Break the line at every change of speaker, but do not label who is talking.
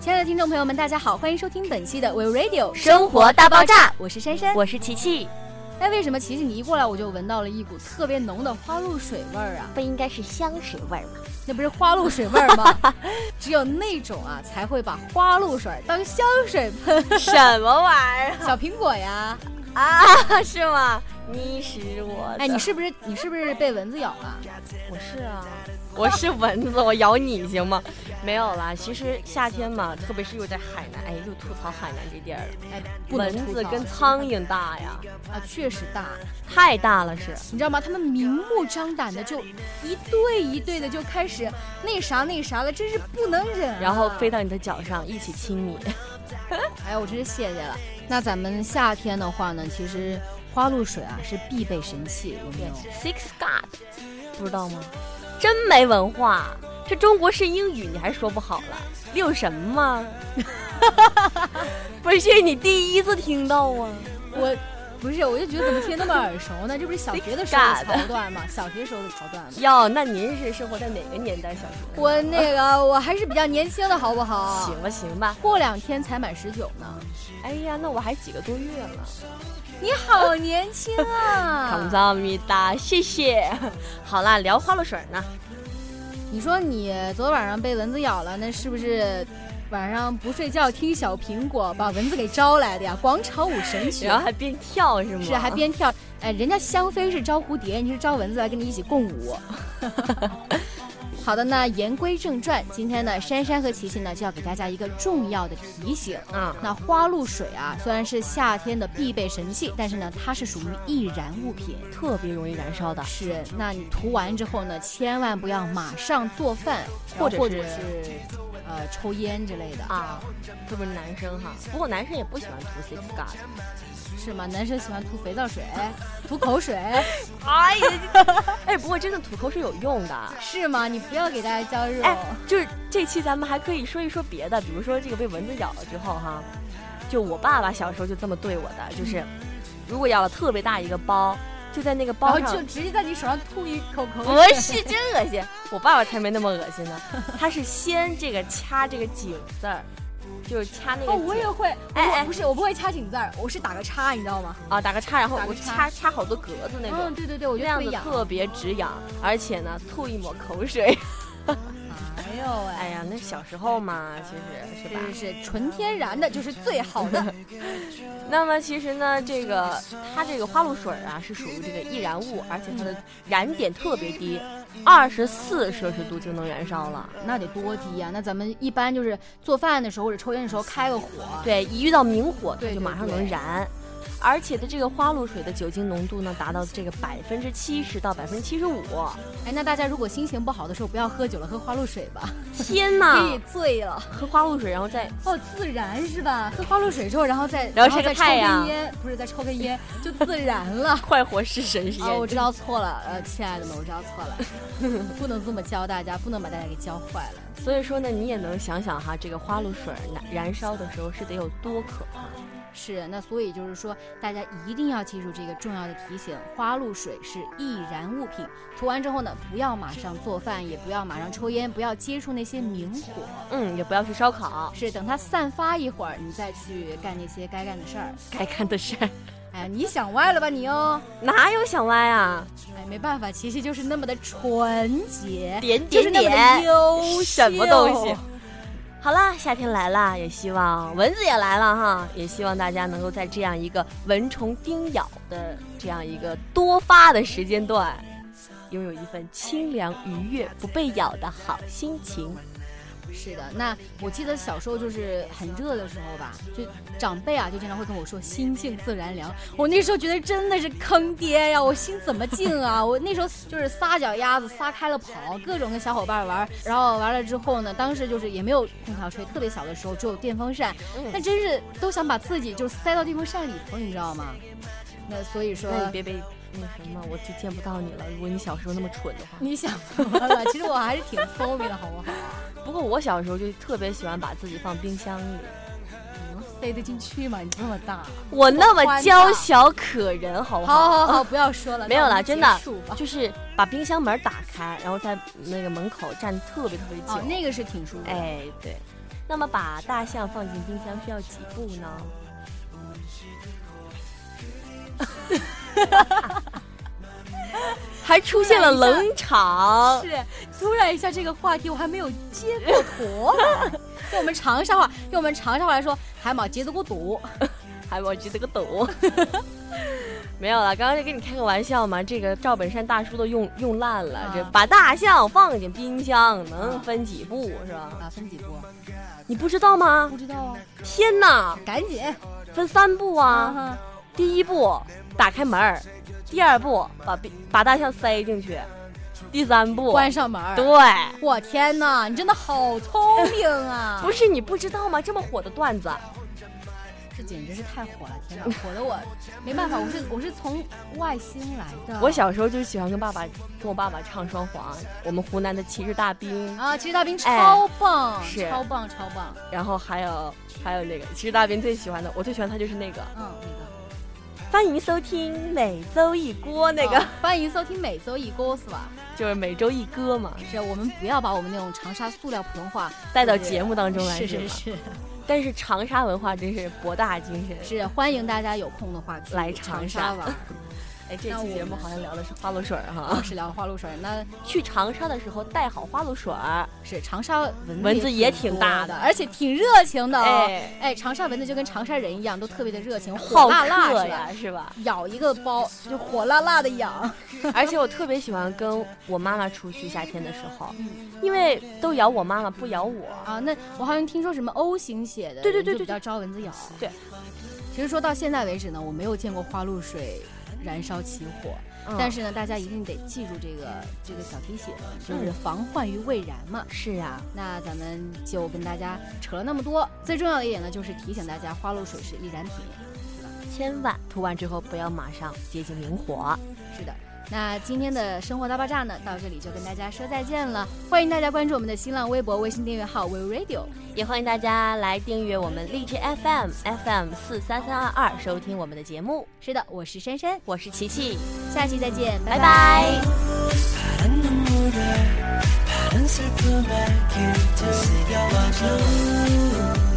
亲爱的听众朋友们，大家好，欢迎收听本期的 We Radio
生活大爆炸
我是珊珊。
我是琪琪，
哎，为什么琪琪你一过来我就闻到了一股特别浓的花露水味儿啊？
不应该是香水味儿吗？
那不是花露水味儿 吗？只有那种啊，才会把花露水当香水喷。
什么玩意
小苹果呀，
儿啊？是吗？你是我的，
哎，你是不是你是不是被蚊子咬了？
我是啊，我是蚊子，我咬你行吗？没有啦，其实夏天嘛，特别是又在海南，哎，又吐槽海南这地儿，
哎，不能
蚊
吐
子
槽
跟苍蝇大呀，
啊，确实大，
太大了是。
你知道吗？他们明目张胆的就一对一对的就开始那啥那啥了，真是不能忍、啊
然后飞。到你的脚上，一起亲你。
哎呀，我真是谢谢了。那咱们夏天的话呢，其实花露水啊是必备神器，有没有？
Six God，不知道吗？真没文化，这中国式英语你还说不好了，六什么？ 不是你第一次听到啊？
我不是，我就觉得怎么听那么耳熟呢？这 不是小学的时候的桥段吗？小学时候的桥段吗？
哟，那您是生活在哪个年代？小学？啊
我那个我还是比较年轻的好不好？
行，吧，行吧。
过两天才满十九呢。
哎呀，那我还几个多月了。
你好年轻
감사
啊！
합니다，谢谢。 好啦，聊花露水呢。
你说你昨晚上被蚊子咬了，那是不是晚上不睡觉听小苹果把蚊子给招来的呀？广场舞神曲
然后还边跳是吗？
是还边跳，哎，人家香妃是招蝴蝶，你是招蚊子来跟你一起共舞。 好的，那言归正传，今天呢，珊珊和琪琪呢就要给大家一个重要的提醒。
啊、
那花露水啊，虽然是夏天的必备神器，但是呢，它是属于易燃物品。
特别容易燃烧的。
是，那你涂完之后呢，千万不要马上做饭，
或者是
或者是呃抽烟之类的，
啊，是不是男生哈？不过男生也不喜欢涂 Six God。
是吗？男生喜欢涂肥皂水，涂口水，
哎呀， 哎，不过真的吐口水有用的。
是吗？你不要给大家浇肉。哦
哎，就是这期咱们还可以说一说别的，比如说这个被蚊子咬了之后哈，就我爸爸小时候就这么对我的，就是
嗯
如果咬了特别大一个包，就在那个包
然哦后就
上。
直接在你手上吐一口口
不是，真恶心！我爸爸才没那么恶 心呢，他是先这个掐这个井字儿，就是掐那个
哦，
井、
我也会，
哎
我
哎
不是，我不会掐井字儿，我是打个叉，你知道吗？
啊打个叉，然后
打个
我
叉
掐掐好多格子那种，
嗯，对对对，我
这
就
样
会
子
痒。
特别止痒，而且呢吐一抹口水。
哎呦喂，
哎呀，那小时候嘛，其实是吧？
是是是，纯天然的就是最好 的。
那么其实呢，这个它这个花露水啊是属于这个易燃物，而且它的燃点特别低，二十四摄氏度就能燃烧了。
那得多低呀、那咱们一般就是做饭的时候或者抽烟的时候开个火，
对，一遇到明火，它
对
就
对
马上
对
能燃。而且的这个花露水的酒精浓度呢，达到这个百分之七十到百分之七十五。
哎，那大家如果心情不好的时候，不要喝酒了，喝花露水吧，
天
给、
呐，
醉了。
喝花露水，然后再
哦，自燃是吧？喝花露水之后，然后再
然后晒
再
个
抽
太
根
阳
烟，不是再抽根烟，就自燃了。
快活式神实验。
哦，我知道错了，呃，亲爱的们，我知道错了， 不能这么教大家，不能把大家给教坏了。
所以说呢，你也能想想哈，这个花露水燃燃烧的时候是得有多啊可怕。
是，那所以就是说，大家一定要记住这个重要的提醒：花露水是易燃物品，涂完之后呢，不要马上做饭，也不要马上抽烟，不要接触那些明火，
嗯，也不要去烧烤，
是等它散发一会儿，你再去干那些该干的事儿。
该干的事儿。
哎呀，你想歪了吧你哦！
哪有想歪啊？
哎，没办法，琪琪就是那么的纯洁，
点
就是那么的优秀，
什么东西？？好啦，夏天来啦，也希望蚊子也来了哈，也希望大家能够在这样一个蚊虫叮咬的这样一个多发的时间段，拥有一份清凉愉悦、不被咬的好心情。
是的，那我记得小时候就是很热的时候吧，就长辈啊就经常会跟我说“心静自然凉”，我那时候觉得真的是坑爹呀，我心怎么静啊？我那时候就是撒脚丫子撒开了跑，各种跟小伙伴玩，然后完了之后呢，当时就是也没有空调吹，特别小的时候只有电风扇，
嗯
那真是都想把自己就塞到电风扇里头，你知道吗？那所以说，
那你别被那什么，我就见不到你了。如果你小时候那么蠢的话，
你想什么了？其实我还是挺聪明的，好不好？
不过我小时候就特别喜欢把自己放冰箱里。
能塞得进去吗？你这么大。
我那么娇小可人，好不好？
好好好，不要说了，
没有
那我
啦
们
真
结
的
束吧
就是把冰箱门打开，然后在那个门口站特别特别久。
哦，那个是挺舒服的。
哎，对。那么把大象放进冰箱需要几步 呢？还出现了冷 场，
是，突然一下这个话题我还没有接过头呢。 用我们长沙话，用我们长沙话来说，还冇接得过头。
还哎我记得个抖。 没有了，刚刚就跟你开个玩笑嘛。这个赵本山大叔都用用烂了，
啊
这把大象放进冰箱能分几步是吧？
啊，分几步？
你不知道吗
不？知道啊，
天哪，
赶紧
分三步啊！
哈！
第一步打开门儿，第二步把冰把大象塞进去，第三步
关上门。
对，，
我天哪，你真的好聪明啊！
不是你不知道吗？这么火的段子，
嗯这简直是太火了！天哪，火的我没办法，我是我是从外星来的。
我小时候就喜欢跟爸爸跟我爸爸唱双簧，我们湖南的骑士大兵。
啊，其实大兵超棒，
哎是
超棒，超棒。
然后还有还有那个，其实大兵最喜欢的，我最喜欢他就是那个
嗯，那
欢迎收听每周一锅，那
个
个、
啊欢迎收听每周一锅是吧？
就是每周一歌嘛，
是我们不要把我们那种长沙塑料普通话
带到节目当中来
是
是
是
吗
是
但是长沙文化真是博大精深。
是，欢迎大家有空的话去
来
长
长
沙
沙
玩。
哎，这
那我
期节目
们
好像聊的是花露水儿
我
哈。
是聊花露水，那
去长沙的时候带好花露水儿，
是长沙蚊
蚊子也
挺
挺
多
大
的，
的
而且挺热情的哦。
哎，
哎，长沙蚊子就跟长沙人一样，都特别的热情，火
好
辣辣
客
是吧？
呀，是 吧？
咬一个包就火辣辣的痒，
而且我特别喜欢跟我妈妈出去，夏天的时候
嗯，
因为都咬我妈妈，不咬我。
啊，那我好像听说什么 O 型血的，
对对对
就比
对
较招蚊子咬。
对，
其实说到现在为止呢，我没有见过花露水燃烧起火，
嗯
但是呢，大家一定得记住这个这个小提醒，
嗯
就是防患于未然嘛。
是啊呀，
那咱们就跟大家扯了那么多，最重要的一点呢，就是提醒大家，花露水是易燃品。
千万涂完之后不要马上接近明火。
是的。那今天的生活大爆炸呢，到这里就跟大家说再见了。欢迎大家关注我们的新浪微博、微信订阅号 We Radio。
也欢迎大家来订阅我们荔枝 FM FM 四三三二二，收听我们的节目。
是的，我是珊珊，
我是琪琪，
下期再见，拜
拜拜
파란 눈물에 파란 슬픔에 길들여 와줘